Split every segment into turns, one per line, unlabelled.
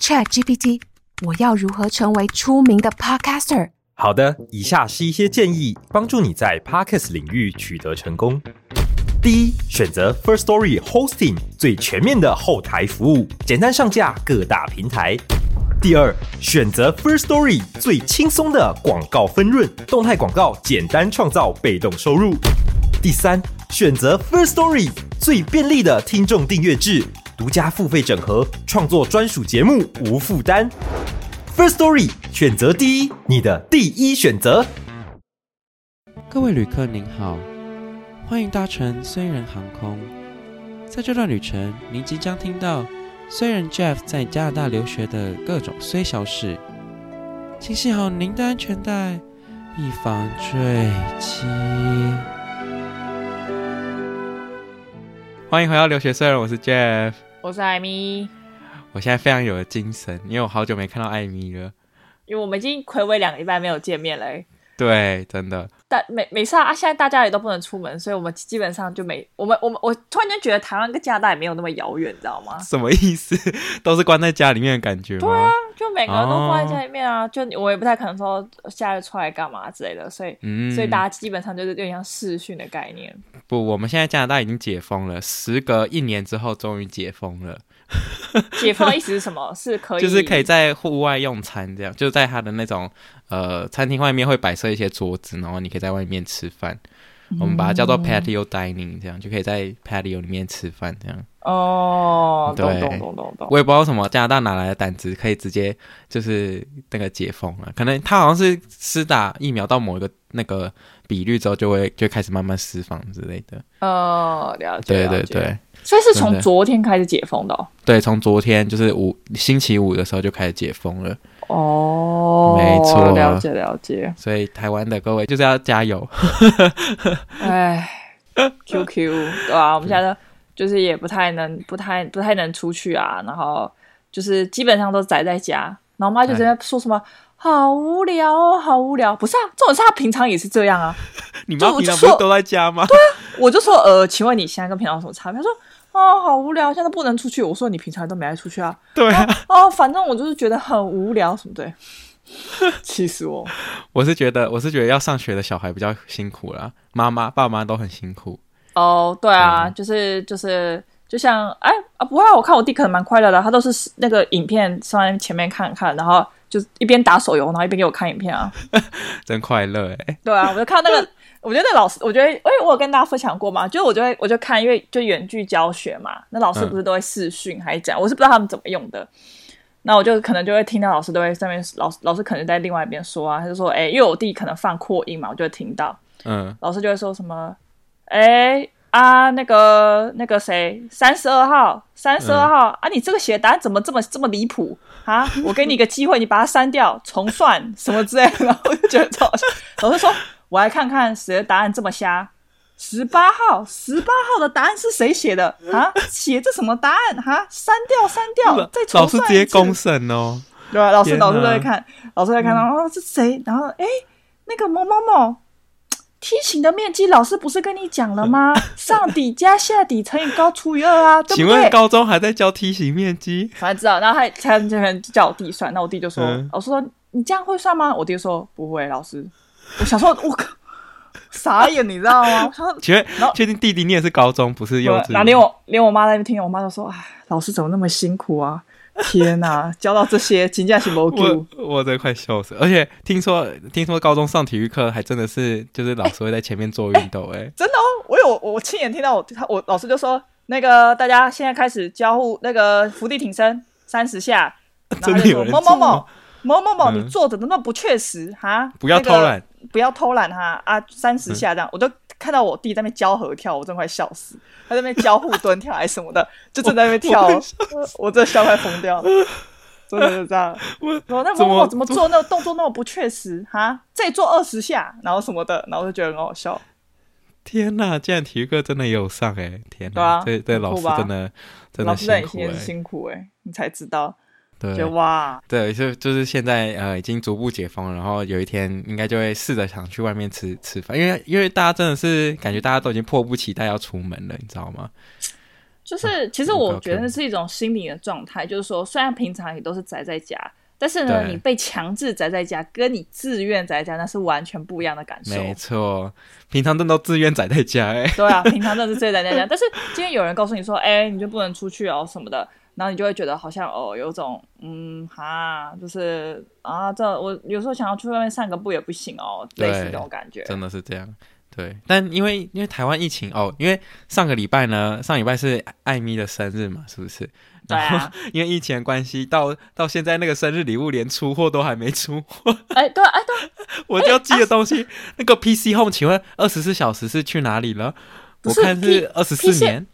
ChatGPT，我要如何成为出名的 Podcaster？
好的，以下是一些建议，帮助你在 Podcast 领域取得成功。第一，选择 First Story Hosting 最全面的后台服务，简单上架各大平台。第二，选择 First Story 最轻松的广告分润，动态广告简单创造被动收入。第三，选择 First Story 最便利的听众订阅制，独家付费整合，创作专属节目无负担。First Story 选择第一，你的第一选择。
各位旅客您好，欢迎搭乘虽然航空。在这段旅程，您即将听到虽然 Jeff 在加拿大留学的各种虽小事，请系好您的安全带，以防坠机。欢迎回到留学虽然，我是 Jeff。
我是艾米，
我现在非常有精神，因为我好久没看到艾米了。
因为我们已经暌违两个礼拜没有见面了欸、
对，真的，
但没没事啊啊！现在大家也都不能出门，所以我们基本上就没我们我们我突然间觉得台湾跟加拿大也没有那么遥远，你知道吗？
什么意思？ 都是关在家里面的感觉吗？
对啊，就每个人都关
哦
在家里面啊，就我也不太可能说下次出来干嘛之类的，所以、
嗯
所以大家基本上就是有点像视讯的概念。
不，我们现在加拿大已经解封了，时隔一年之后终于解封了，
解放的意思是什 么？是可以
就是可以在户外用餐，这样就在他的那种呃餐厅外面会摆设一些桌子，然后你可以在外面吃饭。我们把它叫
嗯
做 patio dining，这样就可以在 patio 里面吃饭。这样
哦，
嗯
懂
对
懂懂懂懂。
我也不知道为什么加拿大哪来的胆子，可以直接就是那个解封了。可能他好像是施打疫苗到某一个那个比率之后，就会就开始慢慢释放之类的。
呃，了解，
对
了
对
解
对，
所以是
真
从
的
昨天开始解封的哦。
对，从昨天就是五星期五的时候就开始解封了，
哦
没错
了解了解。
所以台湾的各位就是要加油。
唉，QQ 对啊吧、我们现在就是也不太能、不太、不太能出去啊，然后就是基本上都宅在家，然后我妈就在那说什么。好无聊哦，好无聊！不是啊，这种是她平常也是这样啊。
你
就
妈
我
平
就
常不是
说
都在家吗？对、
我就说，呃，请问你现在跟平常有什么差别？她说，哦，好无聊，现在都不能出去。我说你平常都没爱出去啊。
啊，
哦，反正我就是觉得很无聊什么的，气死我！
我是觉得我是觉得要上学的小孩比较辛苦啦，妈妈爸妈都很辛苦。
哦，对啊，
嗯
就是就是，就像哎啊，不会啊，我看我弟可能蛮快乐的，他都是那个影片放在前面看看，然后就一边打手游，然后一边给我看影片啊。
真快乐哎、
对啊，我就看那 个，我觉得那老师，我觉得，哎，我有跟大家分享过嘛，就是我就会我就看，因为就远距教学嘛，那老师
嗯
不是都会视讯还讲，我是不知道他们怎么用的。那我就可能就会听到老师都会上面老师老师可能在另外一边说啊，他就说，哎，因为我弟可能放扩音嘛，我就会听到，
嗯，
老师就会说什么，哎、啊，那个那个谁，三十二号，三十二
嗯
号、啊，你这个写的答案怎么这么这么离谱啊？我给你一个机会，你把它删 掉，重算什么之类的，然 后我就觉得超好笑。老师说，我来看看谁的答案这么瞎。十八号，十八号的答案是谁写的啊？写这什么答案哈？删掉，删掉，再重
老师
算
直
一
接
次
公审哦。
对吧？老师
天哪嗯
老师都会看，老师会看到、哦是谁，然后哎那个某某某。梯形的面积，老师不是跟你讲 了吗？上底加下底乘以高除以二啊，对
请
不
问
对？
高中还在教梯形面积？
反正知道，然后他他这边叫我弟算，那我弟就说，
嗯
老师说你这样会算吗？我弟就说不会，老师。我想说，我靠，傻眼，你知道吗？我想说
请问
然后
确定弟弟你也是高中不是幼稚？
然后连我连我妈在那边听，我妈就说，哎，老师怎么那么辛苦啊？天哪、教到这些，金价是没救
我。我真的快笑死了！而且听说听说高中上体育课还真的是就是老师会在前面做运动哎、
真的哦，我有我我亲眼听到我他我老师就说那个大家现在开始交互那个伏地挺身三十下，然
真
后
的
他就
有
说
人
某
做
某
吗
某某某某，
嗯
你做的那么不确实哈，
不要
那个
偷懒，
不要偷懒哈啊三十下这样，我就看到我弟在那边交合跳，我真快笑死，他在那边交互蹲跳还是什 么的，就正在那边跳，
我我
我我真的笑快疯掉了。真的是这样，
我
我那
怎
某
么
某怎么做那个动作那么不确实哈？再做二十下，然后什么的，然后就觉得很好笑。
天呐，竟然体育课真的也有上哎、天
对啊
呐，这这
很
老
酷
师
吧
真的真
老
的
师在
辛
你
苦
也
哎、
是辛苦哎、你才知道，觉得
对嗯
哇，
对，就就是现在呃已经逐步解封了，然后有一天应该就会试着想去外面吃吃饭，因为因为大家真的是感觉大家都已经迫不及待要出门了，你知道吗？
就是其实
嗯
我
高
觉得
科
那是一种心理的状态，就是说虽然平常也都是宅在家，但是呢，
对
你被强制宅在家，跟你自愿宅在家那是完全不一样的感受。
没错，平常都都自愿宅在家、哎，
对啊，平常都是自己在家讲，但是今天有人告诉你说，哎、你就不能出去哦什么的，然后你就会觉得好像哦，有种嗯哈，就是啊，这我有时候想要去外面散个步也不行哦，
对
类似这种感觉。
真的是这样。对，但因为因为台湾疫情哦，因为上个礼拜呢，上礼拜是艾米的生日嘛，是不是？
对啊，
因为疫情的关系，到到现在那个生日礼物连出货都还没出货，
哎、对啊，哎、对啊，
我就要寄的东 西，那个 PC Home，请问二十四小时是去哪里了？
不
我
是
看是二十四
P- PC
年，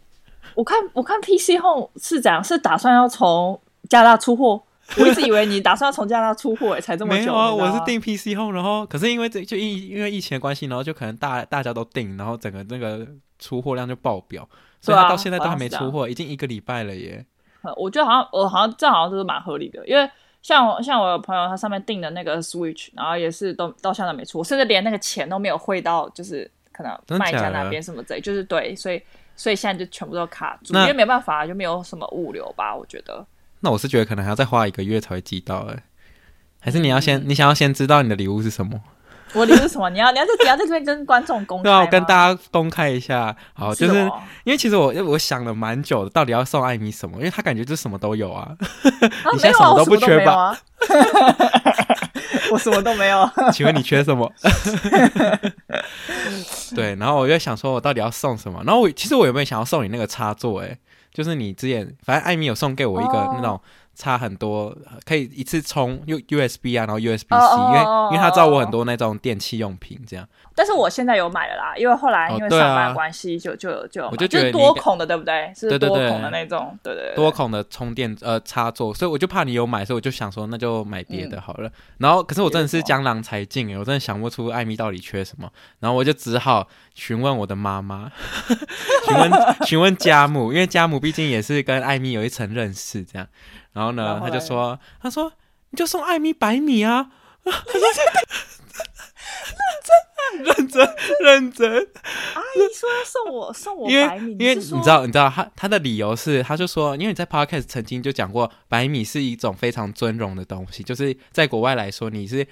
我看我看 PC Home 是怎样，是打算要从加拿大 出货。我一直以为你打算要从加拿大出货、哎，才这么
没
久。
有啊，
你知道
我
吗
是订 PC Home，然后可是因为这就疫因为疫情的关系，然后就可能大大家都订，然后整个那个出货量就爆表，所以
对啊
他到现在都还没
好像
出
是
货，已经一个礼拜了耶。
呃我觉得好像我好像这好像都是蛮合理的，因为像我像我有朋友他上面订的那个 Switch，然后也是都到现在没出，甚至连那个钱都没有汇到，就是可能
真的
卖家
假的
那边什么之类，就是对，所以所以现在就全部都卡住，
那
因为没办法，就没有什么物流吧，我觉得。
那我是觉得可能还要再花一个月才会寄到哎，还是你
嗯
要先你想要先知道你的礼物是什么？
我理是什么？你要你要在你要在这边跟观众公开
对
吗？
啊，我跟大家公开一下，好，
是哦
就
什
是
么
因为其实我我想了蛮久的，到底要送艾米什么？因为她感觉就是什么都有啊。
啊
你现在
没有
什
啊
么
我
都不
什么
缺
没 有啊？我什么都没有。
请问你缺什么？ 对，然后我就想说，我到底要送什么？然后我其实我有没有想要送你那个插座、欸？就是你之前，反正艾米有送给我一个
哦
那种插很多，呃可以一次充 U USB 啊，然后 USB C，、
哦哦
因为
哦
因为他知道我
哦
很多那种电器用品这样。
但是我现在有买了啦，因为后来
哦
因为
对
上
啊
班的关系就、就就有
我
买，
就觉
就
得
是
你
多
应该
孔的，对不对？是
对对
多
对
孔的那种，对对对
多孔的充电呃插座，所以我就怕你有买，所以我就想说那就买别
嗯
的好了。然后可是我真的是江郎才尽欸，我真的想不出艾米到底缺什么，然后我就只好询问我的妈妈，询问询问家母，因为家母毕竟也是跟艾米有一层认识这样。然后
然
呢，
后
他
嘞
就说，他说你就送艾米百米 啊。 认真，认真，认真，
阿姨说要送我送我
因
百
为
米，
因为
你
你
是说
知道，你知道他他的理由是，他就说，因为你在 podcast 曾经就讲过，百米是一种非常尊荣的东西，就是在国外来说，你是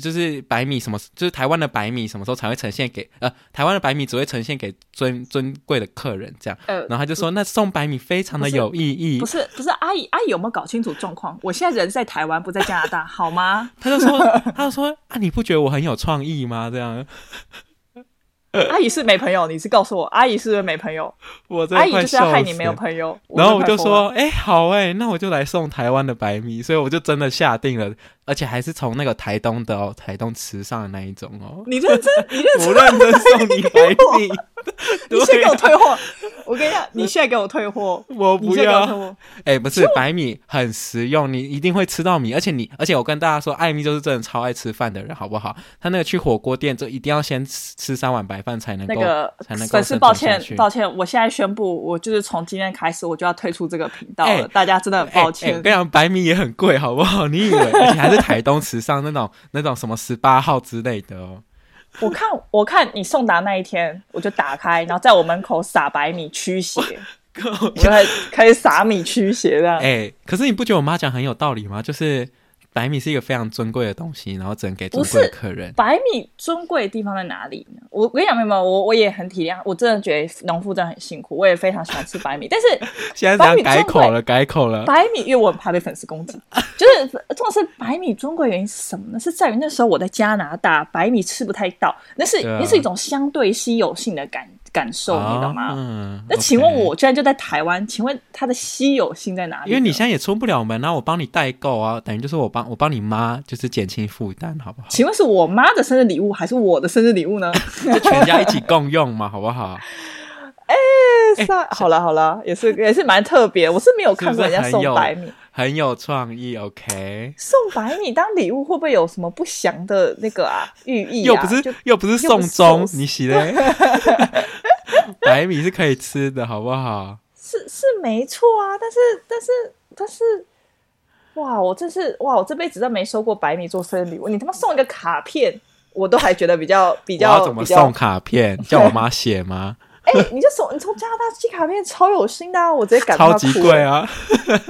就是百米什么，就是台湾的百米什么时候才会呈现给呃台湾的百米只会呈现给尊尊贵的客人这样，
呃
然后他就说，那送百米非常的
不是
有意义
不，是不是阿姨阿姨有没有搞清楚状况？我现在人在台湾，不在加拿大，好吗？
他就说他就说啊，你不觉得我很有创意吗？这样，
阿姨是没朋友，你是告诉我阿姨是不是没朋友？
我真
阿
的
姨
快
就是要
笑
害你
死
没有朋友。
然后我
真
就
的快疯
说，，
了
哎、好哎、那我就来送台湾的白米，所以我就真的下定了，而且还是从那个台东的哦，台东池上的那一种 哦，
你认真，你认
我
真，
认真送你白米，
你先
对啊
给我退货。我跟你讲，你现在给我退货，
我
你
不
现在给我退
要，
货。
哎、不是白米很实用，你一定会吃到米，而且你，而且我跟大家说，艾米就是真的超爱吃饭的人，好不好？他那个去火锅店就一定要先吃吃三碗白饭才能够
那个
才能够
粉丝，
生
抱
存下
歉
去，
抱歉，我现在宣布，我就是从今天开始，我就要退出这个频道
哎
了。大家真的很抱
哎哎
歉
我跟，你讲，白米也很贵，好不好？ 你以为？而且还是台东池上那种那种什么十八号之类的 哦。
我看我看你送达那一天，我就打开，然后在我门口撒白米驱邪，我就开始开始撒米驱邪这样。
哎、可是你不觉得我妈讲很有道理吗？就是白米是一个非常尊贵的东西，然后只能给尊贵的客人。
白米尊贵的地方在哪里呢？我我跟你讲，没有没有，我我也很体谅，我真的觉得农夫真的很辛苦，我也非常喜欢吃白米，但是
现在这
白米
样改口
尊贵
了，改口了。
白米，因为我很怕被粉丝攻击， 就是重点是白米尊贵的原因是什么呢？是在于那时候我在加拿大，白米吃不太到，那是、
对啊
那是一种相对稀有性的感感受，
啊
你懂吗？
嗯
那请问
OK
我居然就在台湾，请问它的稀有性在哪里
因
呢？
为你现在也出不了门，然后我帮你代购啊，等于就是我帮我帮你妈，就是减轻负担，好不好？
请问是我妈的生日礼物还是我的生日礼物呢？
就 全家一起共用嘛，好不好？
哎算好了好了，也是也是蛮特别，我是没有看过人家
是不
送
是很有
白米。
很有创意，OK。
送白米当礼物会不会有什么不祥的那个啊寓意啊？
又不是
就
又不是
又
送
不是
终，
寿
你洗 嘞？白米是可以吃的，好不好？
是是没错啊，但是但是但是，哇！我真是哇！我这辈子都没收过白米做生日礼物，你他妈送一个卡片，我都还觉得比较比
我要
较
怎么
比较
送卡片？叫我妈写吗？
哎、你这从你从加拿大寄卡片超有心的、啊，我直 接感动
超
到
级
哭
贵
了！
啊！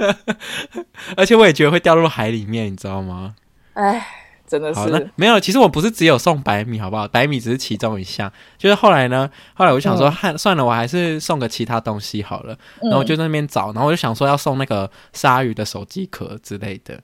而且我也觉得会掉入海里面，你知道吗？
哎，真的
好，那
是
没有，其实我不是只有送白米，好不好？白米只是其中一项，就是后来呢，后来我就想说，
嗯
还、算了，我还是送个其他东西好了。然后我就在那边找，然后我就想说要送那个鲨鱼的手机壳之类的，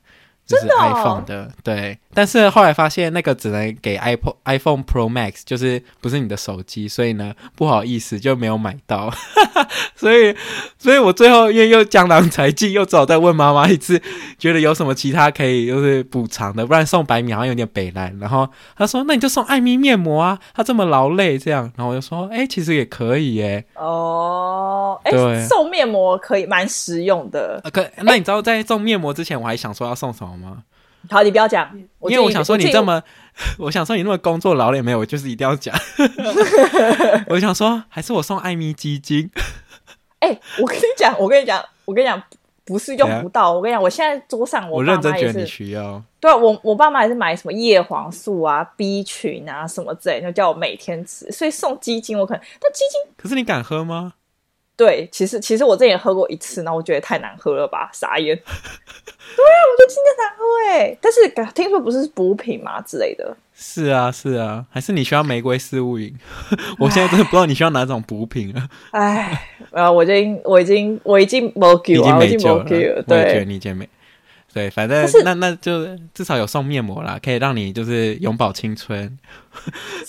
就是
真的哦
iPhone 的，对。但是后来发现那个只能给 iPhone iPhone Pro Max，就是不是你的手机，所以呢，不好意思就没有买到。 所以，所以我最后因为又江郎才尽，又只好再问妈妈一次，觉得有什么其他可以就是补偿的，不然送白米好像有点北蓝。然后她说：“那你就送艾米面膜啊，她这么劳累这样。”然后我就说：“哎、其实也可以耶。
哦，哎、
对
送面膜可以蛮实用的。
呃，可那你知道在送面膜之前，我还想说要送什么吗？
好，你不要讲，
因为
建议
我想说你
建议
这么，我想说你那么工作劳累，没有，我就是一定要 讲。我想说，还是我送艾米基金。
哎、我跟你讲，我跟你讲，我跟你讲，不是用不到。我跟你讲，我现在桌上
我
爸
认真
妈
觉
也
得你
是，
需要。
对啊我我爸妈也是买什么叶黄素啊、B 群啊什么之类的，就叫我每天吃。所以送鸡精我可能，但鸡精
可是你敢喝吗？
对，其实其实我之前也喝过一次，然后我觉得太难喝了吧，傻 眼。对啊，我就今天难喝哎、但是感听说不是补品嘛之类的，
是啊，是啊，还是你需要玫瑰四物饮？ 我现在真的不知道你需要哪种补品了，
哎，呃，我已经我已经我已经没
已
救
经
啊，我已
没
经
救
没
了。
救
我
了，
也觉得
对，
你已经没。对，反
但
正
是
那那就至少有送面膜啦，可以让你就是永葆青春。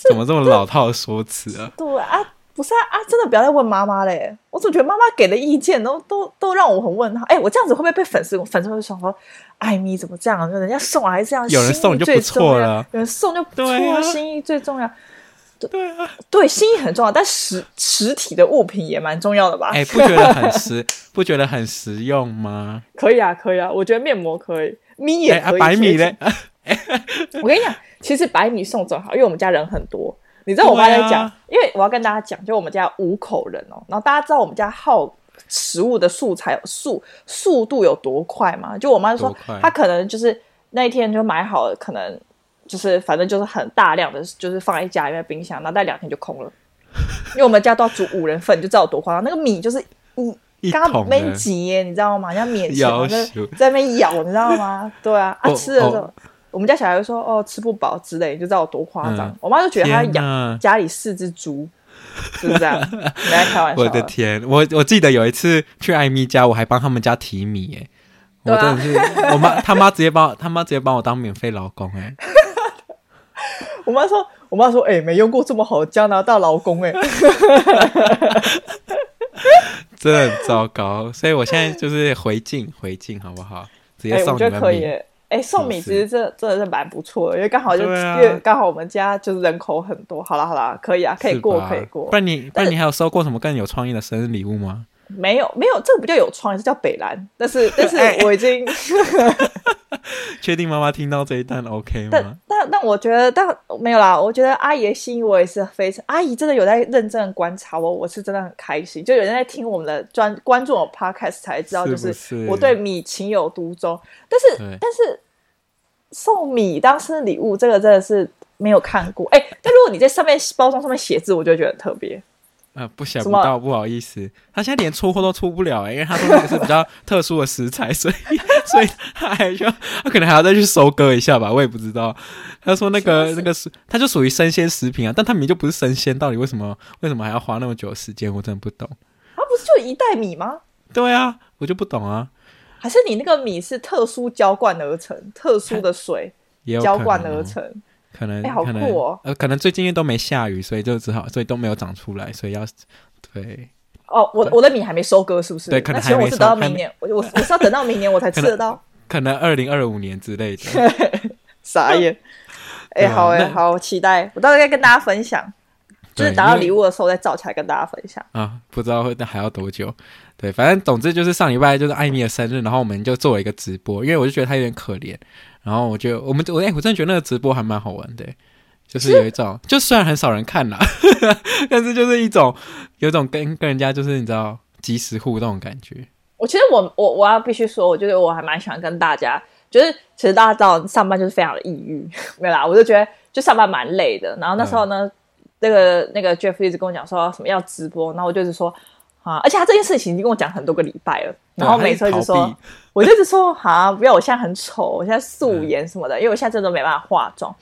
怎么这么老套的说辞啊？
对啊。不是啊啊！真的不要再问妈妈嘞！我总觉得妈妈给的意见都都都让我很问号。哎、我这样子会不会被粉丝粉丝会想说，艾米怎么这样？人家送还这样，
有人
心意
送就
最
不错
重要
了
有人送就不错
对啊
心意最重要。
对啊，
对，心意很重要，但实实体的物品也蛮重要的吧？
哎、不觉得很实， 不觉得很实用吗？
可以啊，可以啊，我觉得面膜可以，米
哎、
也
啊
可以。
白米
其实
嘞，啊
我跟你讲，其实白米送正好，因为我们家人很多。你知道我妈在
对啊
讲，因为我要跟大家讲，就我们家五口人哦，然后大家知道我们家耗食物的素材速速度有多快吗？就我妈就说
多快，
她可能就是那一天就买好了，可能就是反正就是很大量的，就是放在家里面冰箱，然后待两天就空了。 因为我们家都要煮五人份，你就知道有多夸张。那个米就是一
一
刚
桶
没
的。
挤耶，你知道吗？人家免钱，
要
然后在
求
在那边咬，你知道吗？对啊，啊
哦
吃的时候
哦，
我们家小孩就说哦吃不饱之类，你就知道有多夸张
嗯。
我妈就觉得她
天哪
养家里四只猪，是不是 这样？你在开玩笑
我
了？
的天，我我记得有一次去艾米家，我还帮他们家提米哎、我
对啊
真的是，我妈他妈直接把我他妈直接把我当免费劳工哎、
我妈说，我妈说，哎、没用过这么好的加拿大劳工哎、
真的很糟糕。所以我现在就是回敬回敬好不好？直接
哎、
送
我
你
觉得
们
可以
米。
耶、哎、送
是
米其
不是
实这真的是蛮不错的，因为刚好就
对啊
因为刚好我们家就是人口很多，好啦好啦，可以啊，可以
是
过
吧
可以过
不，然你不然你还有收过什么更有创意的生日礼物吗？
没有没有，这个不叫有创意，这叫北兰，但是 但是
哎
我已经。
确定妈妈听到这一段 OK 吗
但？但但我觉得，但没有啦。我觉得阿姨的心意我也是非常，阿姨真的有在认真地观察我，我是真的很开心。就有人在听我们的专关注我 podcast 才知道，
是
就
不是
我对米情有独钟。但是
对
但是送米当生日礼物，这个真的是没有看过。哎、但如果你在上面包装上面写字，我就会觉得很特别。
啊，不想
什
不
么
到，不好意思，他现在连出货都出不了、欸，因为他说那个是比 较特殊的食材，所以所以他还需要，他可能还要再去收割一下吧，我也不知道。他说那个那个是，他就属于生鲜食品啊，但他明明就不是生鲜，到底为什么为什么还要花那么久的时间？我真的不懂。
它啊不是就一袋米吗？
对啊，我就不懂啊，
还是你那个米是特殊浇灌而成，特殊的水
也有
浇
可
灌
能
而
哦
成？
可能、
哎好
可能
酷哦
呃，可能最近都没下雨，所以就只好，所以都没有长出来，所以要对。
哦，我我的米还没收割，是不是？
对可能
那请问
还
我
没
是等到
收还
明年，我我我是要等到明年我才吃得到，
可能二零二五年之类的，
傻眼。哎、
对啊
好哎、
那
好，我期待，我到时候再跟大家分享，就是
对
拿到
因为
礼物的时候再照起来跟大家分享。
啊，不知道会还要多久。对，反正总之就是上礼拜就是艾米的生日，然后我们就做了一个直播，因为我就觉得她有点可怜，然后我觉得我们我哎、我真的觉得那个直播还蛮好玩的、欸就是有一种，就虽然很少人看啦， 但是就是一种有一种跟跟人家就是你知道即时互动的感觉。
我其实我我我要必须说，我觉得我还蛮喜欢跟大家，就是其实大
嗯
家知道上班就是非常的抑郁，没有啦，我就觉得就上班蛮累的。然后那时候呢，那个那个 Jeff 一直跟我讲说什么要直播，然后我就是说啊，而且他这件事情已经跟我讲很多个礼拜了，然后每次就
他一直逃
说
避，
我就是说啊，不要，我现在很丑，我现在素颜什么的，因为我现在真的没办法化妆。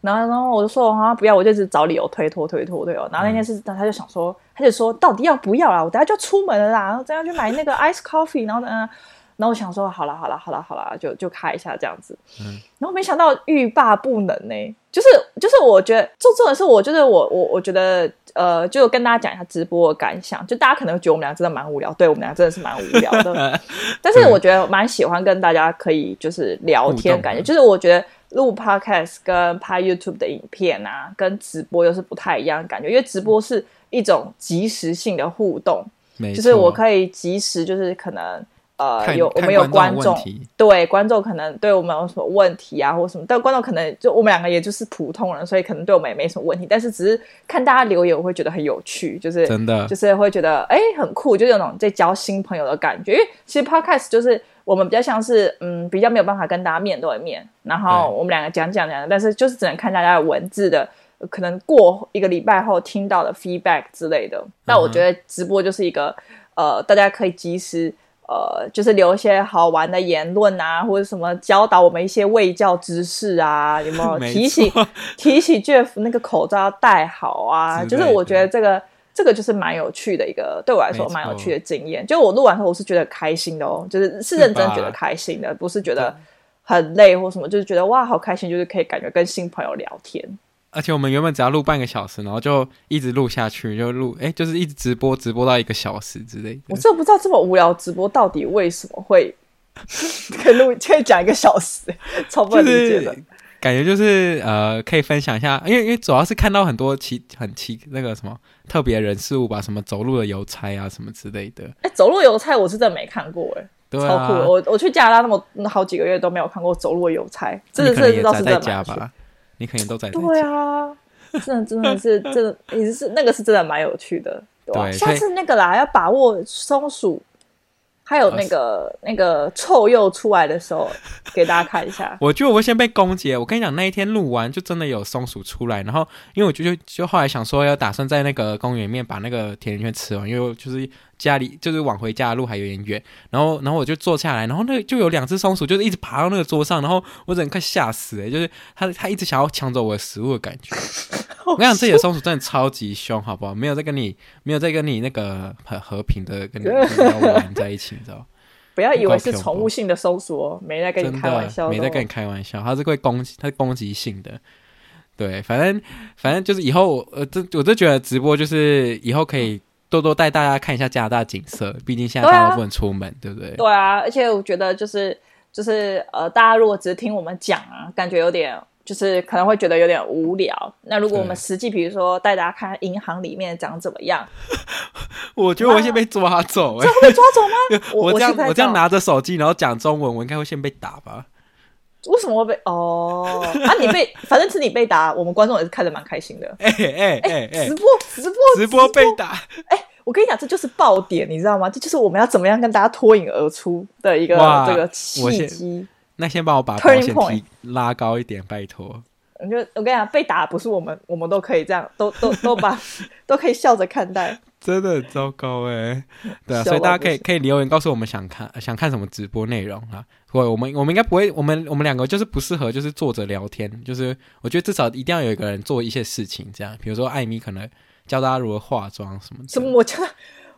然后，然后我就说啊，不要，我就只找理由推脱推脱推脱。然后那件事，他就想说，他就说到底要不要啦？啊我等下就要出门了啦，然后等下去买那个 ice coffee，然后嗯，然后我想说，好啦好啦好啦好啦，就就开一下这样子。然后没想到欲罢不能呢、就是就是我觉得最重要的是，我就是我我我觉得呃，就跟大家讲一下直播的感想，就大家可能觉得我们俩真的蛮无聊，对我们俩真的是蛮无聊的，但是我觉得蛮喜欢跟大家可以就是聊哦天的感
互
觉，
动的
就是我觉得。录 podcast 跟拍 YouTube 的影片啊，跟直播又是不太一样的感觉，因为直播是一种即时性的互动，
没
就是我
以
可以及时，就是可能呃
看
有我
看
们有
观
观
众的
众
问题，
对观众可能对我们有什么问题啊，或什么，但观众可能就我们两个也就是普通人，所以可能对我们也没什么问题，但是只是看大家留言，我会觉得很有趣，就是
真的
就是会觉得哎、很酷，就有种在交新朋友的感觉。因为其实 podcast 就是我们比较像是嗯比较没有办法跟大家面对面，然后
对
我们两个讲讲讲，但是就是只能看大家的文字的，呃可能过一个礼拜后听到的 feedback 之类的。那我觉得直播就是一个呃大家可以及时。呃，就是留一些好玩的言论啊，或者什么教导我们一些卫教知识啊，有没有
没
提醒
错
提起 Jeff 那个口罩要戴好啊，
之
就
类
是
的
我觉得这个这个就是蛮有趣的一个，对我来说
没错
蛮有趣的经验。就我录完后我是觉得开心的哦，就是是认真觉得开心的，不是觉得很累或什么，就是觉得哇好开心，就是可以感觉跟新朋友聊天。
而且我们原本只要录半个小时，然后就一直录下去，就录哎、就是一直直播，直播到一个小时之类
我
的。
真的不知道这么无聊直播到底为什么会 可以录可以讲一个小时， 超不
就
能理解的。
是感觉就是呃，可以分享一下，因为因为主要是看到很多奇很奇那个什么特别人事物吧，什么走路的邮差啊，什么之类的。
哎、走路邮差我是真的没看过哎、
对
超
啊，
酷的！我我去加拿大那么那好几个月都没有看过走路邮差，这
你
这
可能
这
也
倒
宅
是
在
真的蛮
家
有趣的
吧？你可能都宅在
对
家。
啊，真的真的是真 的也是那个是真的蛮有趣的，对吧、
对所
下
以。
次那个啦，要把握松鼠，还有那个、那个臭鼬出来的时候，给大家看一下
我觉得我会先被攻击。我跟你讲，那一天录完就真的有松鼠出来，然后因为我就就就后来想说要打算在那个公园里面把那个甜甜圈吃完，因为我就是家里就是往回家的路还有点远，然后然后我就坐下来，然后那个就有两只松鼠就是一直爬到那个桌上，然后我整个快吓死哎、就是它它一直想要抢走我的食物的感觉。我跟你讲，这里的松鼠真的超级凶，好不好？没有在跟你没有在跟你那个很和平的跟你跟你玩在一起，你知道吗？
不要以为是宠物性的松鼠哦，没在跟
真
你
的啊
开玩笑的哦，
没在跟你开玩笑，他是会攻击，他是攻击性的。对，反正反正就是以后我呃，这我就觉得直播就是以后可以多多带大家看一下加拿大景色，毕竟现在
对啊
大家都不能出门，对不对？
对啊，而且我觉得就是就是呃，大家如果只是听我们讲啊，感觉有点就是可能会觉得有点无聊。那如果我们
对
实际比如说带大家看银行里面长怎么 样，
我觉得我先被抓走、欸，？
会被抓走吗 我
这样
我
我这样
拿。
拿着手机，然后讲中文，我应该会先被打吧？
为什么会被？哦，啊，你 被，反正是你被打，我们观众也是看得蛮开心的。
哎哎哎哎
直，播，直播，哎
直播被打，
我跟你讲，这就是爆点，你知道吗？这就是我们要怎么样跟大家脱颖而出的一个
哇
这个
我
契
先
机。
那先帮我把保险
Turning point
提拉高一点，拜托。
我就我跟你讲，被打不是我们，我们都可以这样，都都 都把都可以笑着看待。
真的很糟糕哎、对啊，
笑
所以大家
到不
可以
行
可以留言告诉我们想看想看什么直播内容啊。会，我们我们应该不会，我们我们两个就是不适合就是坐着聊天，就是我觉得至少一定要有一个人做一些事情，这样，比如说艾米可能教大家如何化妆什么
什
的。
么？我觉 得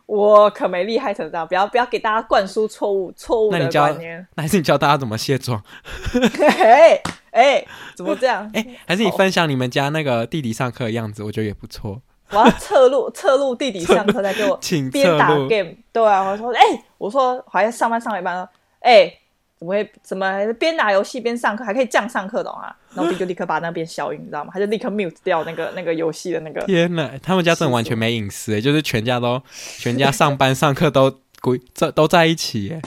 我可没厉害成这样，不要不要给大家灌输错误错误
那
的
你教
观念。，
那还是你教大家怎么卸妆？
哎哎，怎么这样？
哎、还是你
好
分享你们家那个弟弟上课的样子，我觉得也不错。
我要侧录 侧录弟弟上课在给我
请侧
边打
录
game，对啊，我说哎、我说好像上班上一半，哎、怎么会怎么还是边打游戏边上课，还可以这样上课的啊？然后弟就立刻把那边消音，你知道吗？他就立刻 mute 掉那个那 个游戏的那个，
天哪，他们家真的完全没隐私、欸，就是全家都全家上班上课都归这都在一起、欸，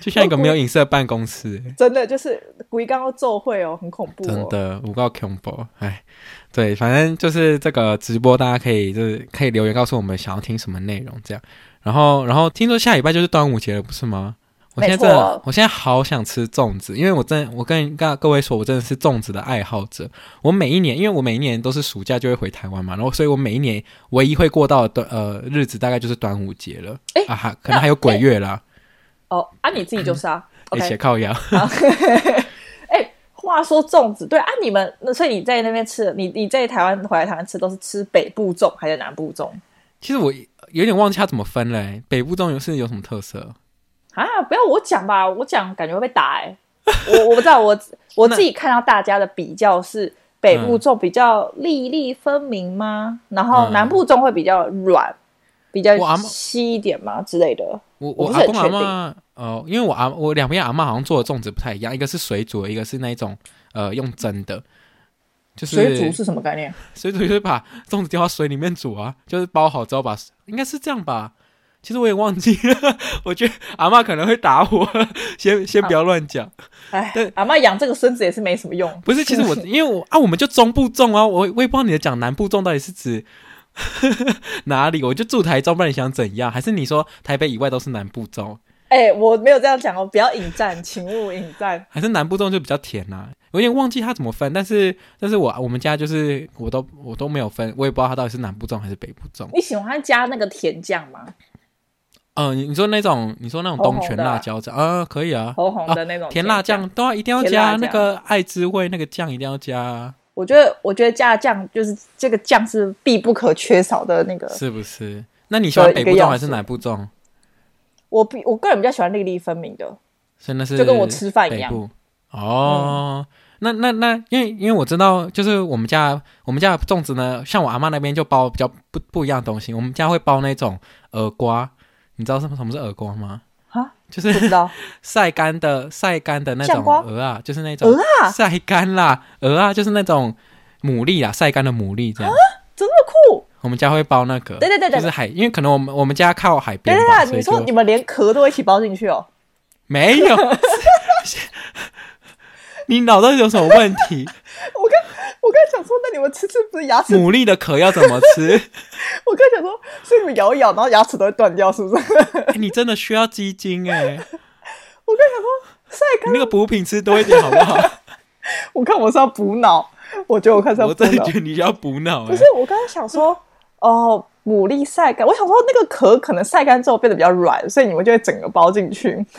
就像一个没有隐私的办公室、欸。
真的就是鬼刚要奏会哦，很恐怖、哦，
真的五告 combo，哎，对，反正就是这个直播，大家可以就是可以留言告诉我们想要听什么内容这样。然后，然后听说下礼拜就是端午节了，不是吗？我现在
没错
真的，我现在好想吃粽子，因为我真的，我跟各各位说，我真的是粽子的爱好者。我每一年，因为我每一年都是暑假就会回台湾嘛，然后所以我每一年唯一会过到的呃日子，大概就是端午节了。
诶
啊哈，可能还有鬼月啦，
哦，啊，你自己就是啊。
一起
OK，
靠腰。
哎，话说粽子，对啊，你们那所以你在那边吃的，你你在台湾回来台湾吃都是吃北部粽还是南部粽
其实我有点忘记它怎么分嘞、北部粽有是有什么特色？
啊？不要我讲吧，我讲感觉会被打哎、我我不知道，我我自己看到大家的比较是北部粽比较粒粒分明吗？然后
嗯
南部粽会比较软，比较
我阿嬷
稀一点吗之类的？
我
我
我
不
阿
是很
公阿
确定
妈哦、因为我阿我两边阿妈好像做的粽子不太一样，一个是水煮的，一个是那种呃用蒸的，就是
水煮是什么概念？
水煮就是把粽子丢到水里面煮啊，就是包好之后把应该是这样吧。其实我也忘记了， 我觉得阿妈可能会打我，先先不要乱讲。
哎
对，
阿妈养这个孙子也是没什么用。
不是，其实我因为我啊，我们就中部粽啊，我我也不知道你的讲南部粽到底是指 哪里，我就住台中，不然你想怎样？还是你说台北以外都是南部粽？
哎、我没有这样讲哦，不要引战，请勿引战。
还是南部粽就比较甜呐、我有点忘记它怎么分，但是但是我我们家就是我都我都没有分，我也不知道它到底是南部粽还是北部粽。
你喜欢加那个甜酱吗？
嗯、你你说那种你说那种东
红
泉
红的啊
辣椒酱啊、可以啊，
红红的那种
甜辣
酱。
酱都啊要一定要
甜辣
加
酱
那个爱滋味那个酱一定要加啊，
我觉得，我觉得加酱就是这个酱是必不可缺少的那个。
是不是？那你喜欢
对
北
一个
部粽
样
还是
子
南部粽？
我比我个人比较喜欢粒粒分明的。
所以那是
就跟我吃饭一样
北部。哦，那那那，因为因为我知道，就是我们家我们家的粽子呢，像我阿妈那边就包比较不不一样的东西，我们家会包那种耳瓜，你知道什么什么是耳瓜吗？
啊，
就
不知
是
道
晒干的晒干的那种
酱瓜
鹅啊，就是那种
鹅啊
晒干啦，鹅啊就是那种牡蛎啦，晒干的牡�蛎这样。
这么酷？
我们家会包那个，
啊对对对对
就是海，因为可能我们我们家靠海
等
边
一
吧，
下，
所
哎你
以
说
就
你们连壳都一起包进去哦？
没有， 你脑袋有什么问题？
我刚我刚想说，那你们吃吃不是牙齿？
牡蛎的壳要怎么吃？
我刚想说，所以你们咬一咬，然后牙齿都会断掉，是不 是？
哎你真的需要鸡精哎、
我刚想说，晒
你那个补品吃多一点好不好？
我看我是要补脑，我 觉得我看是要
我
补
真的
脑
觉。得你要补脑
不
哎
是，，我刚刚想说，哦，牡蛎晒干，我想说那个壳可能晒干之后变得比较软，所以你们就会整个包进去。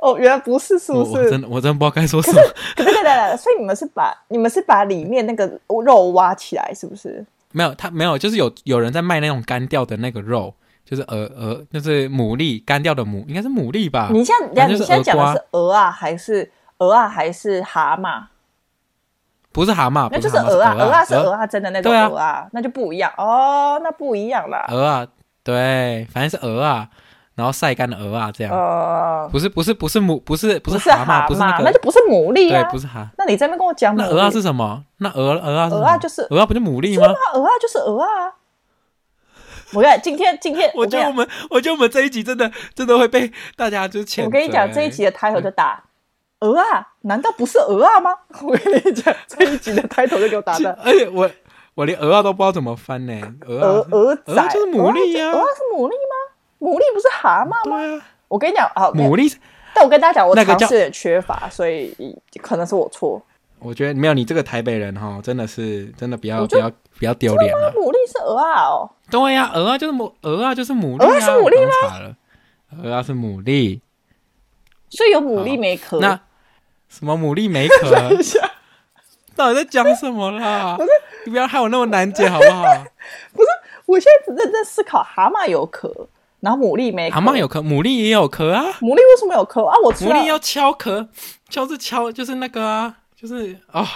哦，原来不是，是
我
不
我真
是？
的我真不知道该说什么。
可对对对对，所以你们是把你们是把里面那个肉挖起来，是不是？
没有，他没有，就是有有人在卖那种干掉的那个肉，就是鹅鹅，就是牡蛎干掉的牡，应该是牡蛎吧？
你现在等一下
啊反正就
你
是
现在讲
鹅瓜
的是鹅啊，还是鹅啊，还是蛤蟆？
不是蛤蟆，
那
不
就是
蛤蟆，
鹅啊，
鹅
鹅啊是鹅
鹅
啊，真的那种
对啊
鹅啊，那就不一样哦，那不一样啦。
鹅啊，对，反正是鹅啊，然后晒干的鹅啊这样。
呃，
不是不是不是母不是不
不
是蛤
蛤
蟆，不是那个，
那就不是牡蛎
对
啊，
不。是蛤。
那你在那边跟我讲牡
那
蛎，
鹅啊是什么？那鹅鹅啊什么
鹅啊就是
鹅啊不就牡蛎
是
吗
吗？？鹅啊就是鹅啊。我跟你讲今天今天
我觉
跟
得我
你
们我觉得我们这一集真的真的会被大家就是谴
讲，我跟你讲
责欸
这一集的啊 title 就打鹅啊，难道不是鹅啊吗？ 我跟你讲这一集的 title 就给我打
其
的
而且我我连鹅啊都不知道怎么翻呢，鹅
鹅
啊
鹅仔，
鹅啊就是牡蛎呀
鹅啊是牡蛎吗？牡蛎不是蛤蟆吗？
对啊，
我跟你讲啊，
牡蛎。
但我跟大家讲，我
那个
尝
叫
试也缺乏，所以可能是我错。
我觉得没有你这个台北人哈，真的是真的不要
我
不
就
要不要丢脸了。
牡蛎是鹅啊哦，
对呀，鹅啊就是牡鹅啊就是牡蛎
鹅啊
啊，
是牡蛎吗
我刚查了，鹅啊是牡蛎。
所以有牡蛎没壳。啊
那什么牡蛎没壳
一下？
到底在讲什么啦？ 你不要害我那么难解好不 好？
我现在只认真思考，蛤蟆有壳，然后牡蛎没壳。
蛤蟆有壳，牡蛎也有壳啊。
牡蛎为什么有壳啊？我吃
牡
了
蛎要敲壳，敲是敲，就是那个啊，就是哦。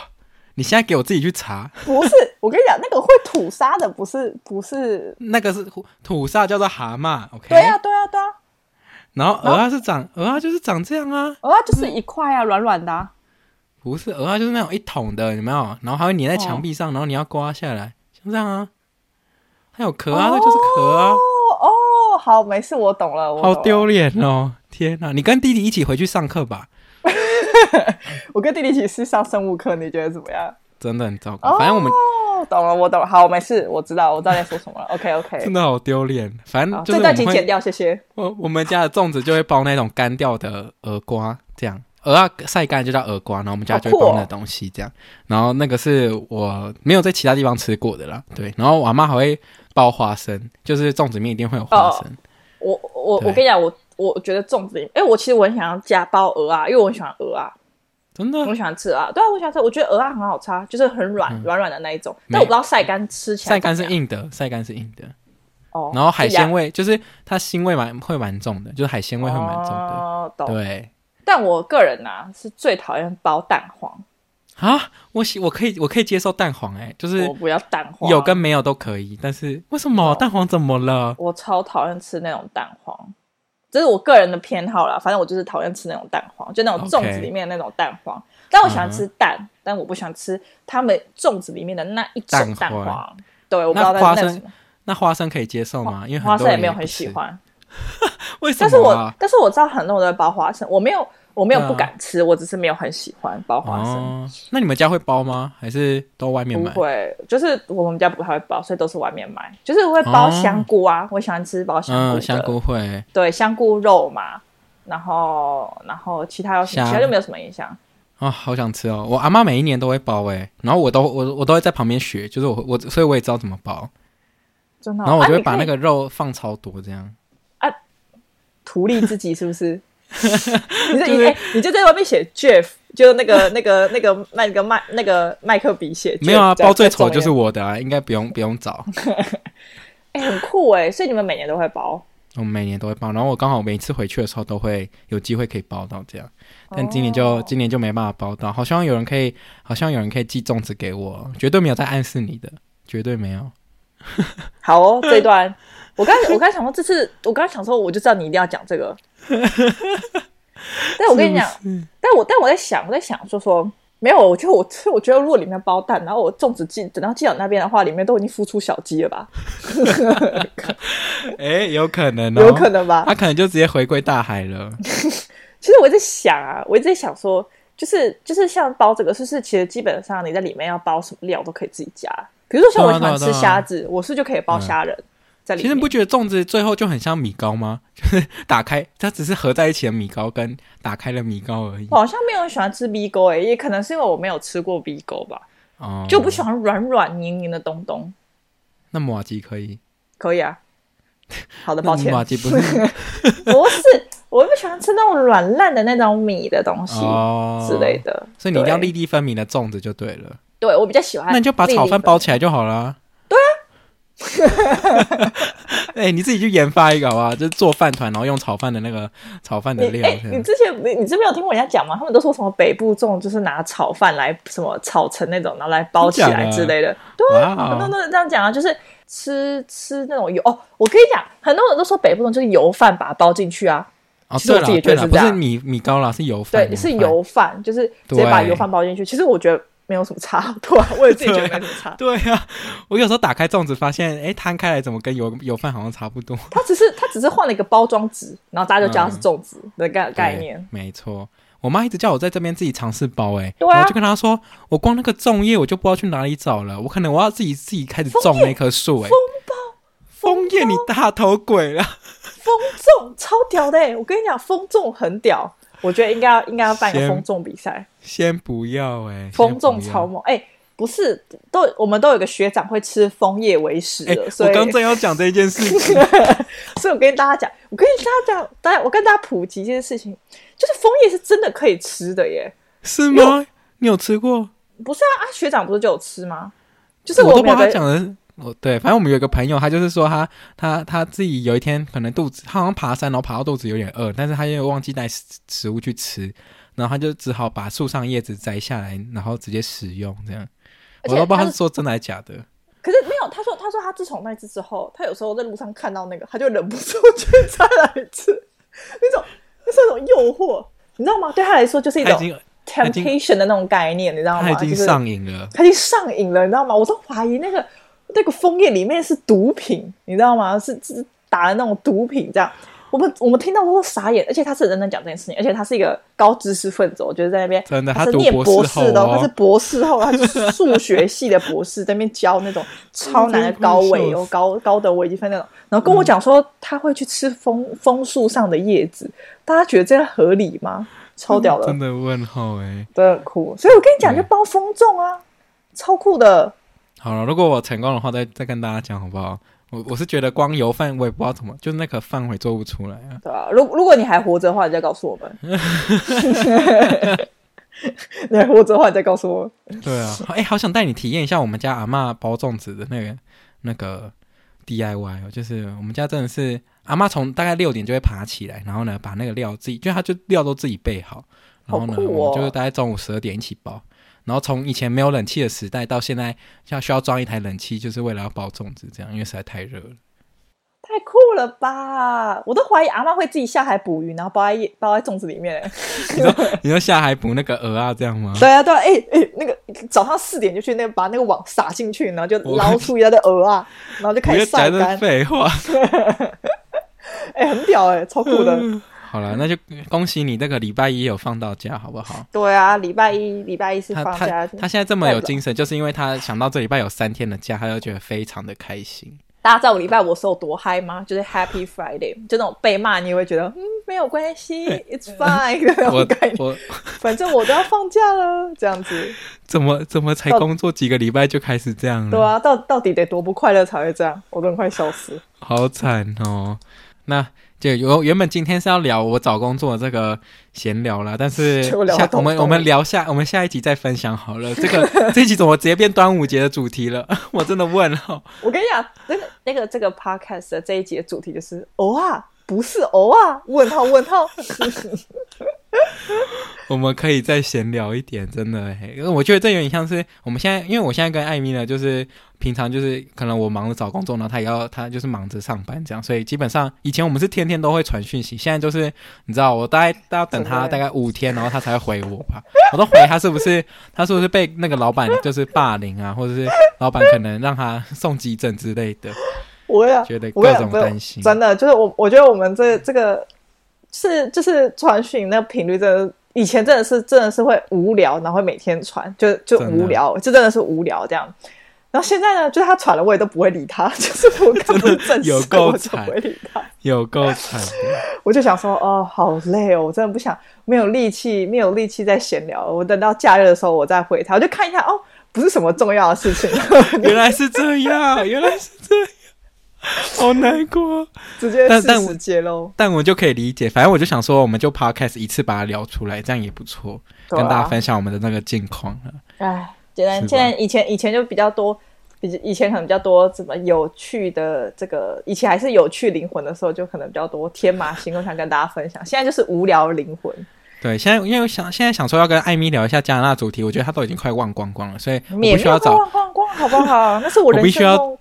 你现在给我自己去查，
不是，我跟你讲，那个会吐沙的不是不是。
那个是土土煞叫做蛤蟆，OK？
对啊，对啊，对啊，
然后鹅啊是长，鹅啊就是长这样啊，
鹅啊就是一块啊，软软的、啊。
不是鹅啊就是那种一桶的，有没有？然后还会粘在墙壁上，然后你要刮下来，像这样啊。它有壳啊，那就是壳啊，
哦哦，好，没事，我懂了。我懂
好
了
丢脸哦！天哪，你跟弟弟一起回去上课吧，
我跟弟弟一起是上生物课，你觉得怎么样？
真的很糟糕。
哦，
反正我们
哦，懂了，我懂了。好，没事，我知道，我知道你在说什么了。OK OK，
真的好丢脸。反正就是
这
我们
段请
会
剪掉，谢谢。
我我们家的粽子就会包那种干掉的鹅瓜，这样鹅啊晒干就叫鹅瓜，然后我们家就会
好酷哦
包那东西这样。然后那个是我没有在其他地方吃过的啦，对。然后我阿妈还会包花生，就是粽子里面一定会有花
哦
生。
我我
对
我跟你讲，我我觉得粽子，因为我其实我很想要加包鹅啊，因为我很喜欢鹅啊，
真的
我很喜欢吃鹅啊。对啊，我喜欢吃，我觉得鹅啊很好吃啊，就是很软软软的那一种。但我不知道晒干吃起
嗯
来
晒干是
怎么样
硬的，晒干是硬的。
哦，
然后海
是一样
鲜味就是它腥味蛮会蛮重的，就是海鲜味会蛮重的。
哦，懂。
对
但我个人呐是最讨厌包蛋黄，
啊，我喜我可以我可以接受蛋黄哎、就是
我不啊要蛋黄，
有跟没有都可以，但是为什么蛋黄怎么了？
我超讨厌吃那种蛋黄，这是我个人的偏好啦。反正我就是讨厌吃那种蛋黄，就那种
OK
粽子里面的那种蛋黄。但我喜欢
嗯哼
吃蛋，但我不喜欢吃他们粽子里面的那一种
蛋
蛋
黄
黄。对，我不知道
那
那
花
那
生
是什么
那花生可以接受吗？因为
花
很多
生
人
也没有
不
很喜
吃，
欢，
为什
但是
么
我、
啊？
但是我知道很多人都在包花生，我没有我没有
对啊
不敢吃，我只是没有很喜欢包花生。
哦，那你们家会包吗？还是都外面
不
买？
会，就是我们家不太会包，所以都是外面买。就是会包
哦
香菇啊，我喜欢吃包香菇、
嗯，香，菇会。
对，香菇肉嘛。然后，然后其他有什么？
虾
其他就没有什么印象。
啊、好想吃哦！我阿妈每一年都会包哎、然后我都我我都会在旁边学，就是我我所以我也知道怎么包，
真的哦、
然后我就
哦啊
会
你
把
可以
那个肉放超多这样。
图利自己，是 不是？你这你哎，你就在外面写 Jeff，就那个那个那个那个麦那个麦克笔写 Jeff，
没有啊，
这样
包最丑就是
这样
我的啊，应该不用不用找。
哎，很酷哎！所以你们每年都会包，
我每年都会包，然后我刚好每次回去的时候都会有机会可以包到这样，但今年就、
哦
今年就没办法包到。好像有人可以，好像有人可以寄粽子给我，绝对没有在暗示你的，绝对 没有。
好 哦，这一段，我刚我刚想说这次，我刚想说我就知道你一定要讲 这个，但我跟你讲，但我但我在想，我在想说说没有，我觉得我我觉得如果里面包蛋，然后我粽子寄等到寄到那边的话，里面都已经孵出小鸡了吧？
哎、有可能、哦，
有可，能吧？
他可能就直接回归大海 了。
其实我一直想啊，我一直在想说，就是就是像包这个，就是其实基本上你在里面要包什么料都可以自己加，比如说像我喜欢
对啊对啊
吃
对啊嗯
虾子，我是就可以包虾仁在里
其
面。
实你不觉得粽子最后就很像米糕吗？就是打开，它只是合在一起的米糕跟打开了米糕而已
我。好像没有很喜欢吃 B 勾诶、也可能是因为我没有吃过 B 勾吧。
哦，
就不喜。欢软软黏黏的东东。
那母瓦鸡可以？
可以啊，好的，
那
抱
母
歉，
瓦鸡不是
不是，我不喜欢吃那种软烂的那种米的东西
哦
之类，的。
所以你一定要
对
粒粒分明的粽子就对了。
对我比较喜欢，
那你就把炒饭包起来就好啦。对啊。 哎、你自己去研发一个好不好？就是做饭团，然后用炒饭的那个炒饭的
你
料
哎、
这
你
样。
之前你你之前没有听过人家讲吗？他们都说什么北部粽就是拿炒饭来什么炒成那种，然后来包起
真假
来
的
之类的。对啊，
哇哦
很多人都是这样讲啊，就是吃吃那种油哦。我跟你讲，很多人都说北部粽就是油饭把它包进去啊，
哦，
其实
对
我
了
自己觉
对了，
得是
不
这样
是米米糕啦，是油饭。
对，是
饭。
油饭，就是直接把油饭包进去。其实我觉得没有什么差， 对啊，我也自己觉得没什么差。
对啊，我有时候打开粽子发现，哎、摊开来怎么跟油油饭好像差不多？
它只是它只是换了一个包装纸，然后大家就叫它是粽子的概概念。
嗯对没错。我妈一直叫我在这边自己尝试包、欸，哎、
对啊
我就跟她说，我光那个粽叶我就不知道去哪里找了，我可能我要自己自己开始种那棵树、欸，哎，枫叶你大头鬼啦！
风粽超屌的、欸，我跟你讲，风粽很屌，我觉得应该要应该要办一个
先
风粽比赛，
先不要、欸，哎，
风粽超猛，哎、不是，都我们都有个学长会吃枫叶为食
哎、
的，
我
所以
刚正要讲这件事 情，
所以我跟大家讲，我跟大家讲，大家我跟大家普及这件事情，就是枫叶是真的可以吃的耶，
是吗？你有吃过？
不是啊，啊学长不是就有吃吗？就是
我都不知
没有
道他
在
讲的。哦，对，反正我们有一个朋友，他就是说他他他自己有一天可能肚子，他好像爬山，然后爬到肚子有点饿，但是他又忘记带食食物去吃，然后他就只好把树上叶子摘下来，然后直接食用这样。我
而且
都不知道
他
他是
是
说真的还是假的。
可是没有，他说他说他自从那次之后，他有时候在路上看到那个，他就 忍不住去摘来吃，那种那是一种诱惑，你知道吗？对他来说就是一
他已
种
经他已经
temptation 的那种概念，你知道
他
吗？
已
就
经
是
上瘾了，
他已经上瘾了，你知道吗？我都怀疑那个那个枫叶里面是毒品，你知道吗？是是打的那种毒品这样。我们我们听到都傻眼，而且他是认真讲这件事情，而且他是一个高知识分子，我觉得在那边
真的
他
他
是
读
念
博
博
士
士的哦，
后哦
他是博士后，他是数学系的博士，在那边教那种超难的高 维哦，高高等微积分那种，然后跟我讲
嗯
说他会去吃枫枫树上的叶子，大家觉得这样合理吗？超屌的，
真的问号哎、
真的很酷。所以我跟你讲，就
对
包风粽啊，超酷的。
好了，如果我成功的话，再再跟大家讲好不好？我我是觉得光油饭我也不知道怎么，就是那个范围做不出来啊。
对啊，如如果你还活着的话，你再告诉 我们。你还活着的话，你再告诉我。
对啊，哎、好想带你体验一下我们家阿嬷包粽子的那个那个 DIY 哦，就是我们家真的是阿嬷从大概六点就会爬起来，然后呢把那个料自己，就她就料都自己备好，然后呢、
好酷哦
我们就是大概中午十二点一起包。然后从以前没有冷气的时代到现在，要需要装一台冷气，就是为了要包粽子这样，因为实在太热了。
太酷了吧！我都怀疑阿妈会自己下海捕鱼，然后包在叶包在粽子里 面欸。
你说下海捕那个鹅啊这样吗？
对啊，对啊，哎、哎、那个早上四点就去那个把那个网撒进去，然后就捞出一大堆鹅啊，然后就
不
开
要
始晒
讲
干
这。废话。
哎、很屌哎、超酷 的。
好了，那就恭喜你那个礼拜一有放到假，好不好？
对啊，礼拜一礼拜一是
他
放假
他，他现在这么有精神，就是因为他想到这礼拜有三天的假，他就觉得非常的开 心。
大家知道我礼拜五的时候有多嗨吗？就是 Happy Friday，就那种被骂你也会觉得嗯没有关系，It's fine 的那
我
种概念。
我
反正我都要放假了，这样子，
怎么怎么才
到
工作几个礼拜就开始这样
对
了，
啊，到到底得多不快乐才会这样？我都快笑死。
好惨哦。那就有原本今天是要聊我找工作的这个闲聊啦，但是
就聊
下
到
我们
动
我们聊下我们下一集再分享好了。这个 这一集怎么直接变端午节的主题了？ 我真的问了，
我跟你讲，那个那个这个 podcast 的这一集的主题就是偶啊，不是偶啊？问号问 号。
我们可以再闲聊一点，真的欸，因为我觉得这有点像是我们现在，因为我现在跟艾米呢，就是平常就是可能我忙着找工作，然后她也要她就是忙着上班这样，所以基本上以前我们是天天都会传讯息，现在就是你知道我大概大要等她
真的
大概五天，然后她才会回我吧， 我都怀疑她是不是她是不是被那个老板就是霸凌啊，或者是老板可能让她送急诊之类的，
我也
觉得
我也
各种
不是
担心
真的就是我，我觉得我们这这个是就是传讯那个频率真的。以前真的是真的是会无聊，然后会每天传，就就
真的
无聊，就真的是无聊这样。然后现在呢，就是他传了我也都不会理他， 就是我看不是正 事
有够
我就不会理他。
有够惨的。
我就想说，哦，好累哦，我真的不想，没有力气，没有力气再闲聊了。我等到假日的时候，我再回他，我就看一下，哦，不是什么重要的事情，
原来是这样，原来是这样，好难过。
直接
但
事
但我
实揭露。
但我就可以理解，反正我就想说，我们就 podcast 一次把它聊出来，这样也不错，
对
跟
啊
大家分享我们的那个近况了。
哎，简单，
是吧
现在以前以前就比较多，比以前可能比较多怎么有趣的这个，以前还是有趣灵魂的时候，就可能比较多天马行空想跟大家分享。现在就是无聊灵魂，
对，现在因为我想现在想说要跟艾米聊一下加拿大主题，我觉得她都已经快忘光光了，所以我
免
必须要找
逛逛逛，好不好？那是我
我
人
必须
生
要
中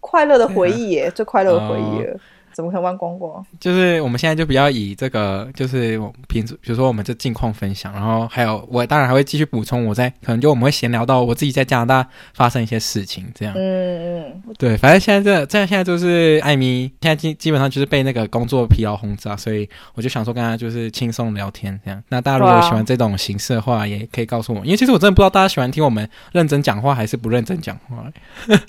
快乐的回忆耶，最快乐的回忆了，怎么可能忘光光？
就是我们现在就比较以这个，就是我平时比如说我们这近况分享，然后还有我当然还会继续补充我在可能就我们会闲聊到我自己在加拿大发生一些事情这样。
嗯嗯。
对，反正现在这这样现在就是艾米，现在基基本上就是被那个工作疲劳轰炸，所以我就想说跟他就是轻松聊天这样。那大家如
对
果
啊
喜欢这种形式的话，也可以告诉我，因为其实我真的不知道大家喜欢听我们认真讲话还是不认真讲话。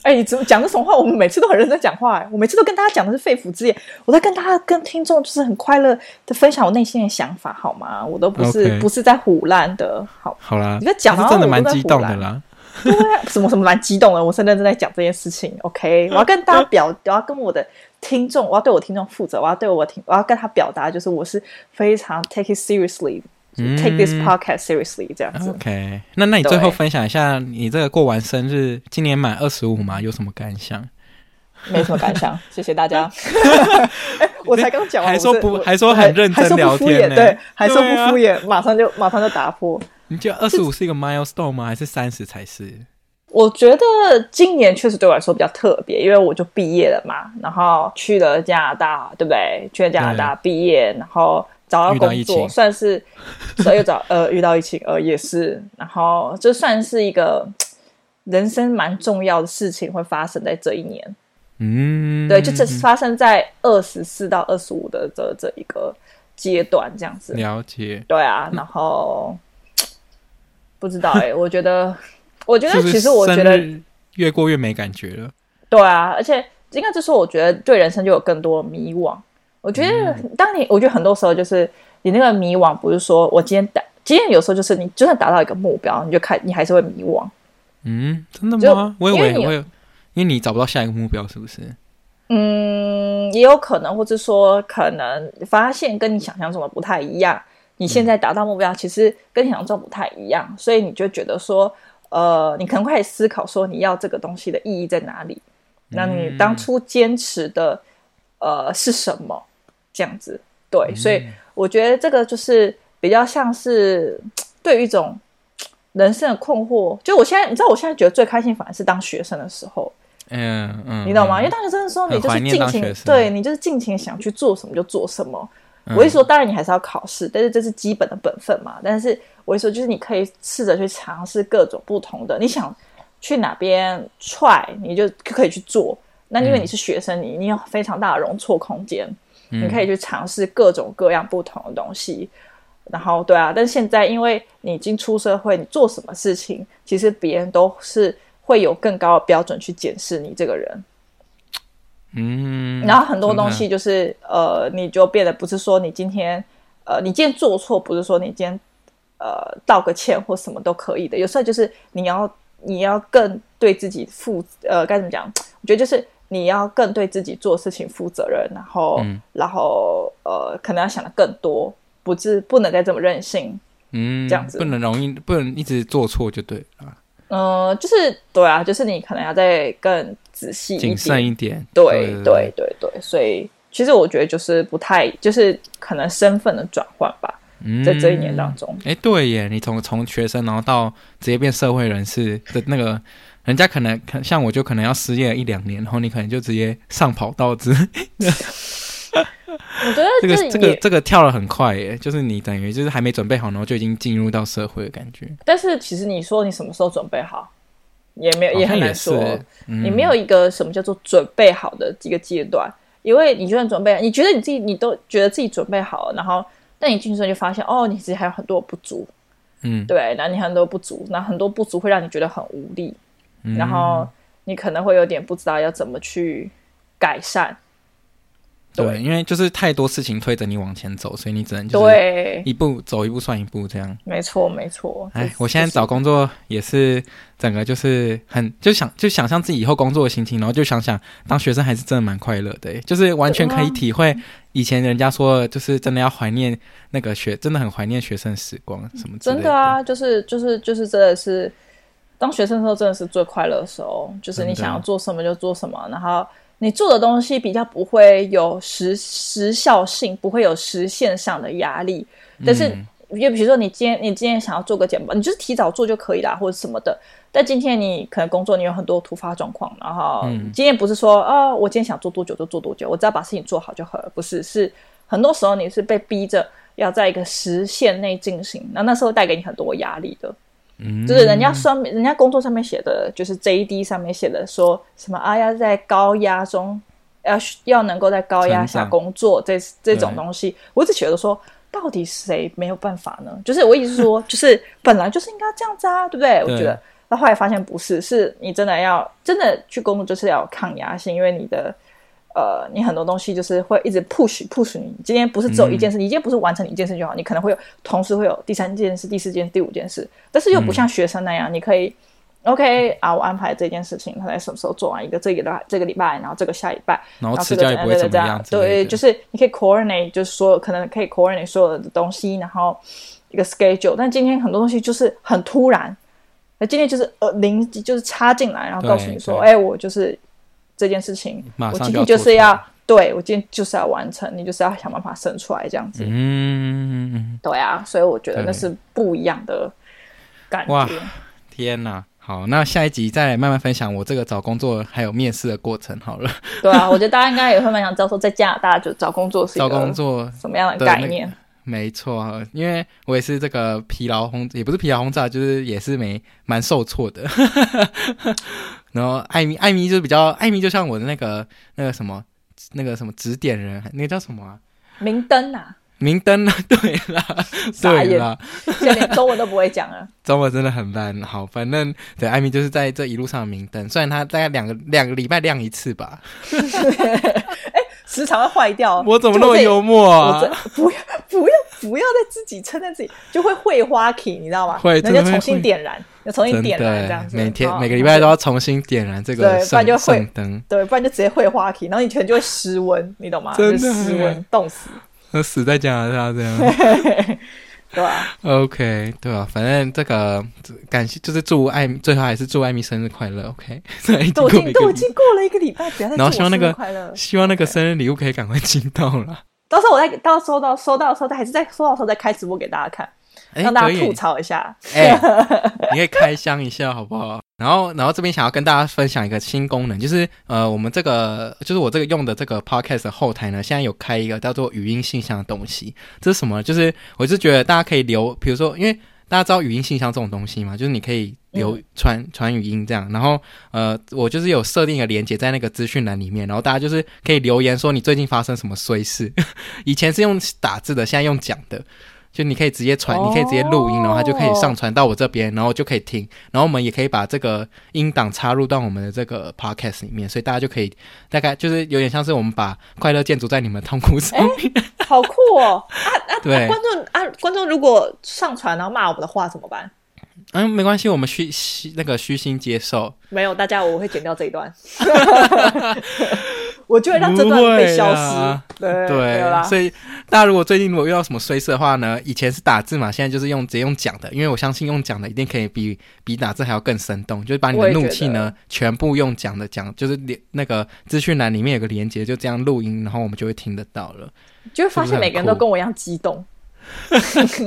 哎、你怎么讲的什么话？我们每次都很认真讲话、哎我每次都跟大家讲的是肺腑之言，我在跟大家、跟听众就是很快乐的分享我内心的想法，好吗？我都不是
OK
不是在胡乱的，好，
好啦，
你在讲
是
啊
真的
我
蛮
都在
激
胡
动的
乱
啦。
对啊，什么什么蛮激动的，我是认真在讲这件事情。OK，我 要跟大家表，我要跟我的听众，我要对我听众负责，我要对我听，我要跟他表达，就是我是非常 take it seriously，take、
嗯啊
this podcast seriously 这样子。
OK，那那你最后
对
分享一下你这个过完生日，今年满二十五嘛，有什么感想？
没什么感 想，谢谢大家。哎我才刚讲完，
还说
我是
不
我
还说很认真
还说不敷
聊天
衍，
呢
对，还说不
对啊
敷衍，马上就马上就打破。
你觉得二十五是一个 milestone 吗？还是三十才是？
我觉得今年确实对我来说比较特别，因为我就毕业了嘛，然后去了加拿大，对不对？去了加拿大毕业，然后找到
遇到
工
疫
作，
情
算是所以又找呃遇到疫情呃也是，然后嗯就算是一个人生蛮重要的事情会发生在这一年。
嗯，
对，就这发生在二十四到二十五的这这一个阶段这样子。
嗯了解，
对啊，然后不知道哎、我觉得，我觉
是
得
不是
其实我觉得
生日越过越没感觉了。
对啊，而且应该就说，我觉得对人生就有更多迷惘。我觉得，当你我觉得很多时候就是你那个迷惘，不是说我今天达，今天有时候就是你就算达到一个目标，你就看你还是会迷惘。
嗯，真的吗
就？
我以
因为
为
你
我有，因为你找不到下一个目标，是不是？
嗯，也有可能，或者说可能发现跟你想象中的不太一样。你现在达到目标，其实跟你想象中不太一样，所以你就觉得说，呃，你可能开始思考说你要这个东西的意义在哪里？那你当初坚持的，呃，是什么？这样子，对，所以我觉得这个就是比较像是对于一种人生的困惑。就我现在，你知道，我现在觉得最开心反而是当学生的时候，
嗯嗯，
你懂吗？因为
嗯
大学生的时候，
很
你就是
怀念
尽
当
情
学生，
对你就是尽情想去做什么就做什么。
嗯
我一说，当然你还是要考试，但是这是基本的本分嘛。但是我一说，就是你可以试着去尝试各种不同的，你想去哪边踹，你就可以去做。那因为
嗯
你是学生，你你有非常大的容错空间，你可以去尝试各种各样不同的东西。然后对啊，但现在因为你已经出社会，你做什么事情，其实别人都是会有更高的标准去检视你这个人。
嗯，
然后很多东
真
西
的，
就是呃，你就变得不是说你今天呃，你今天做错，不是说你今天呃道个歉或什么都可以的。有时候就是你要你要更对自己负呃该怎么讲？我觉得就是你要更对自己做事情负责任，然后、
嗯
然后呃，可能要想的更多，不是不能再这么任性。
嗯，
这样子
不能容易，不能一直做错就对了，
嗯、就是对啊，就是你可能要再更仔细一
谨
点，
慎一点。
对对
对，
对对，所以其实我觉得就是不太，就是可能身份的转换吧，
嗯
在这一年当中，
哎，对耶，你从从学生然后到直接变社会人士的那个，人家可能可像我就可能要失业一两年，然后你可能就直接上跑道 之，
我觉得
这个
也，
这个这个跳了很快耶，就是你等于就是还没准备好，然后就已经进入到社会的感觉，
但是其实你说你什么时候准备好，也没有
好像
很难
也是
说，，
嗯
你没有一个什么叫做准备好的一个阶段，因为你就算准备，你觉得你自己你都觉得自己准备好了，然后但你进去之后就发现，哦，你其实还有很多不足，
嗯
对，然后你很多不足，那很多不足会让你觉得很无力，
嗯
然后你可能会有点不知道要怎么去改善。
对，因为就是太多事情推着你往前走，所以你只能就是
对，
一步走一步算一步这样。
没错，没错。
哎
就，
我现在找工作也是整个就是很就想就想象自己以后工作的心情，然后就想想当学生还是真的蛮快乐的耶，欸就是完全可以体会以前人家说的就是真的要怀念那个学，真的很怀念学生时光什么之类
真的啊，就是就是就是真的是，当学生的时候真的是最快乐的时候，就是你
真的
想要做什么就做什么，然后你做的东西比较不会有时时效性，不会有时限上的压力。但是，就比如说你今天你今天想要做个简报，你就是提早做就可以啦，或者什么的。但今天你可能工作你有很多突发状况，然后
嗯
今天不是说啊、我今天想做多久就做多久，我只要把事情做好就好了，不是是很多时候你是被逼着要在一个时限内进行，那那时候带给你很多压力的。
嗯
就是人家上面，人家工作上面写的，就是 JD 上面写的说什么啊，要在高压中，要要能够在高压
成
下
长
工作，这这种
对
东西，我只觉得说，到底谁没有办法呢？就是我一直说，就是本来就是应该这样子啊，对不对？我
对
觉得，那后来发现不是，是你真的要真的去工作，就是要有抗压性，因为你的。呃，你很多东西就是会一直 push push 你。今天不是只有一
嗯
件事，你今天不是完成一件事就好，你可能会有同时会有第三件事、第四件事、第五件事，但是又不
嗯
像学生那样，你可以 OK 啊，我安排这件事情，他在什么时候做完一个这个礼拜，这个礼拜，然后这个下礼拜，
然后
这
迟
个
交也不会
这
怎么
这
样
样，
之类的，
对，就是你可以 coordinate，就是说可能可以 coordinate 所有的东西，然后一个 schedule，但今天很多东西就是很突然，那今天就是呃临机就是插进来，然后告诉
对
你说，
对
哎，我就是这件事情，
马
我
上
今
就要
天
做
就是
出来
要，对我今天就是要完成，你就是要想办法生出来这样子，
嗯，
对啊，所以我觉得
对
那是不一样的感
哇
觉。
天哪！好，那下一集再来慢慢分享我这个找工作还有面试的过程好了。
对啊，我觉得大家应该也会蛮想知道说，在加拿大就找工作是 一
找
个
工作
什么样的
对那
概
个
念？
没错，因为我也是这个疲劳轰，也不是疲劳轰炸，就是也是没蛮受挫的。 然后艾米，艾米就比较，艾米就像我的那个那个什么那个什么指点人，那个叫什么啊？
明灯啊，
明灯啊， 对啦，
傻眼
对啦，
现在连中文都不会讲啊了。
中文真的很烂。好，反正对艾米就是在这一路上的明灯，虽然他大概两个两个礼拜亮一次吧。
时常会坏掉。
我怎么那么幽
默、
默
我
啊
真？不要不要不要再自己称赞自己，就会会花题，你知道吗？
会
人
真
家
的
重新
会
点燃，要重新
真
点燃这
的
样，子。
每天
哦
每个礼拜都要重新点燃这个
对不然就
圣
会
圣灯。
对，不然就直接会花题，然后你可能就会失温，你懂吗？
真的
就失温冻死，
那死在加拿大这样。
对吧？
OK，对吧？反正这个感谢，就是祝艾米，最后还是祝艾米生日快乐。OK，这 已经
都
过
已经
一
都
个
已
礼
经过了一个礼拜，不要再
然后
祝
希望
我
那
生日
个
快乐。
希望那个生日礼物可以赶快寄到了。
到时候我再到收到收到的时候，再还是在收到的时候再开直播给大家看，
哎，
让大
可
家吐
以，
槽一下。
哎，你可以开箱一下好不好？然后，然后这边想要跟大家分享一个新功能，就是呃，我们这个就是我这个用的这个 podcast 的后台呢，现在有开一个叫做语音信箱的东西。这是什么？就是我是觉得大家可以留，比如说，因为大家知道语音信箱这种东西嘛，就是你可以留传传语音这样。然后呃，我就是有设定一个连接在那个资讯栏里面，然后大家就是可以留言说你最近发生什么衰事。 以前是用打字的，现在用讲的。就你可以直接传，
哦
你可以直接录音，然后它就可以上传到我这边，然后就可以听，然后我们也可以把这个音档插入到我们的这个 podcast 里面，所以大家就可以大概就是有点像是我们把快乐建筑在你们的痛苦上面，
好酷哦！啊啊！
对
啊观众啊，观众如果上传然后骂我们的话怎么办？
嗯，没关系，我们虚虚那个虚心接受，
没有，大家我会剪掉这一段， 我就会让这
不
段
会
被消失
啦。
对
对
有啦，
所以大家如果最近如果遇到什么衰事的话呢，以前是打字嘛，现在就是用直接用讲的，因为我相信用讲的一定可以比比打字还要更生动，就是把你
我
的
也觉
怒
得
气呢全部用讲的讲，就是连那个资讯栏里面有个连接，就这样录音，然后我们就会听得到了，
就会发现每个人都跟我一样激动。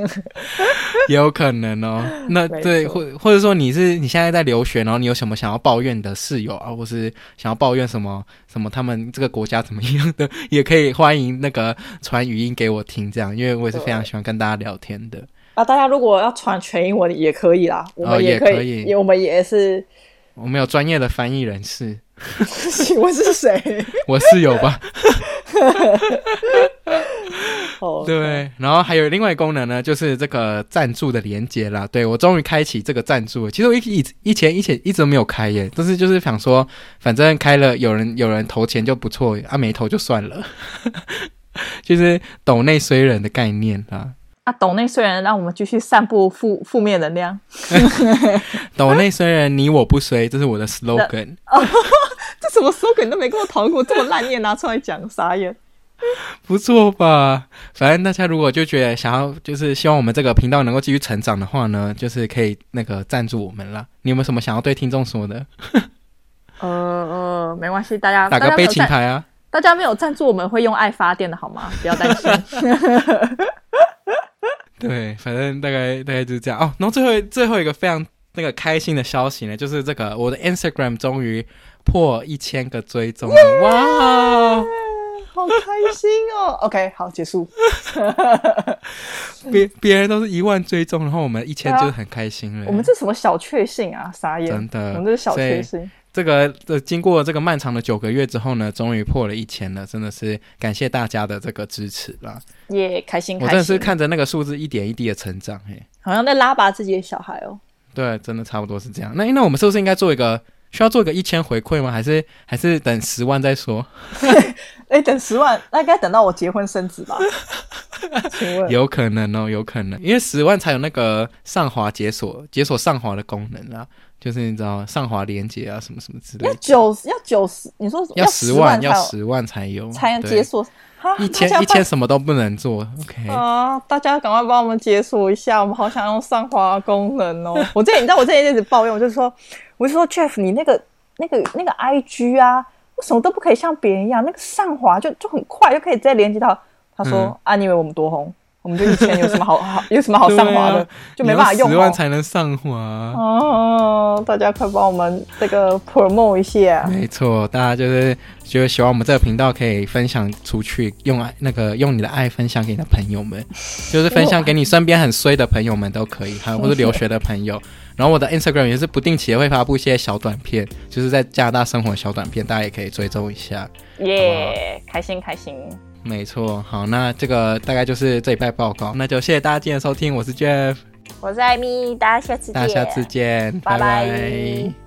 也有可能哦。那
没
对，
错
或或者说你是你现在在留学，然后你有什么想要抱怨的室友啊，或是想要抱怨什么什么他们这个国家怎么样的， 也可以欢迎那个传语音给我听，这样，因为我也是非常喜欢跟大家聊天的。
啊，大家如果要传全英文也可以啦，我
哦
们
也
可
可以
以，也我们也是，
我们有专业的翻译人士，
请问是谁？
我室友吧，
哦，
对，然后还有另外一个功能呢，就是这个赞助的连接啦。对我终于开启这个赞助了，其实我一一以前以前一直没有开耶，但是就是想说，反正开了有人有人投钱就不错，啊没投就算了， 就是抖内虽人的概念啦。
啊，懂内虽然让我们继续散布负负面能量，
抖内虽人你我不衰，这是我的 slogan。
这什么 slogan 都没跟我讨论过，这么烂你也拿出来讲，傻 眼。
不错吧？反正大家如果就觉得想要，就是希望我们这个频道能够继续成长的话呢，就是可以那个赞助我们啦。你有没有什么想要对听众说的？
呃呃，没关系，大家
打
大
个
家没
悲
有
情
赞，
牌啊！
大家没有赞助，我们会用爱发电的好 吗？不要担心。
对，反正大概大概就是这样哦。然后最后最后一个非常那个开心的消息呢，就是这个我的 Instagram 终于破一千个追踪了，哇！
好开心哦。OK，好，结束。
别别人都是一万追踪，然后我们一千
对啊
就是很开心了。
我们这什么小确幸啊，傻眼！
真的
我们这是小确幸。
这个这经过这个漫长的九个月之后呢，终于破了一千了，真的是感谢大家的这个支持啦！
耶开心
我
开
真
心。
的是看着那个数字一点一滴的成长，嘿，
好像在拉拔自己的小孩哦。
对，真的差不多是这样。那那我们是不是应该做一个需要做一个一千回馈吗？还是还是等十万再说？
哎，等十万，那应该等到我结婚生子 吧？请问，
有可能哦，有可能，因为十万才有那个上滑解锁、解锁上滑的功能啊，就是你知道上滑连接啊，什么什么之类
要
的，
九要九十？你说
要
十
十万，
才
要
有
十万才有，
才能
对
解锁？啊
一
大家
千一千什么都不能做，OK，、
啊！大家赶快帮我们解锁一下，我们好想用上滑功能哦。我之前你知道我之前一直抱怨，我就说，我就说 Jeff，你那个那个那个 IG 啊，为什么都不可以像别人一样，那个上滑就就很快就可以直接连接到？他说、
嗯
啊，你以为我们多红？我们就以前有什么好好有什么好上滑的，
对啊
就没办法用
十
哦
万。才能上滑。
哦，大家快帮我们这个 promote 一下。
没错，大家就是觉得喜欢我们这个频道，可以分享出去，用爱那个用你的爱分享给你的朋友们，就是分享给你身边很衰的朋友们都可以，还有或是留学的朋友。然后我的 Instagram 也是不定期的会发布一些小短片，就是在加拿大生活的小短片，大家也可以追踪一下。
耶、开心开心，
没错，好，那这个大概就是这礼拜报告，那就谢谢大家今天的收听，我是 Jeff，
我是艾米，大家下次见，
大家下次见，
拜
拜
拜
拜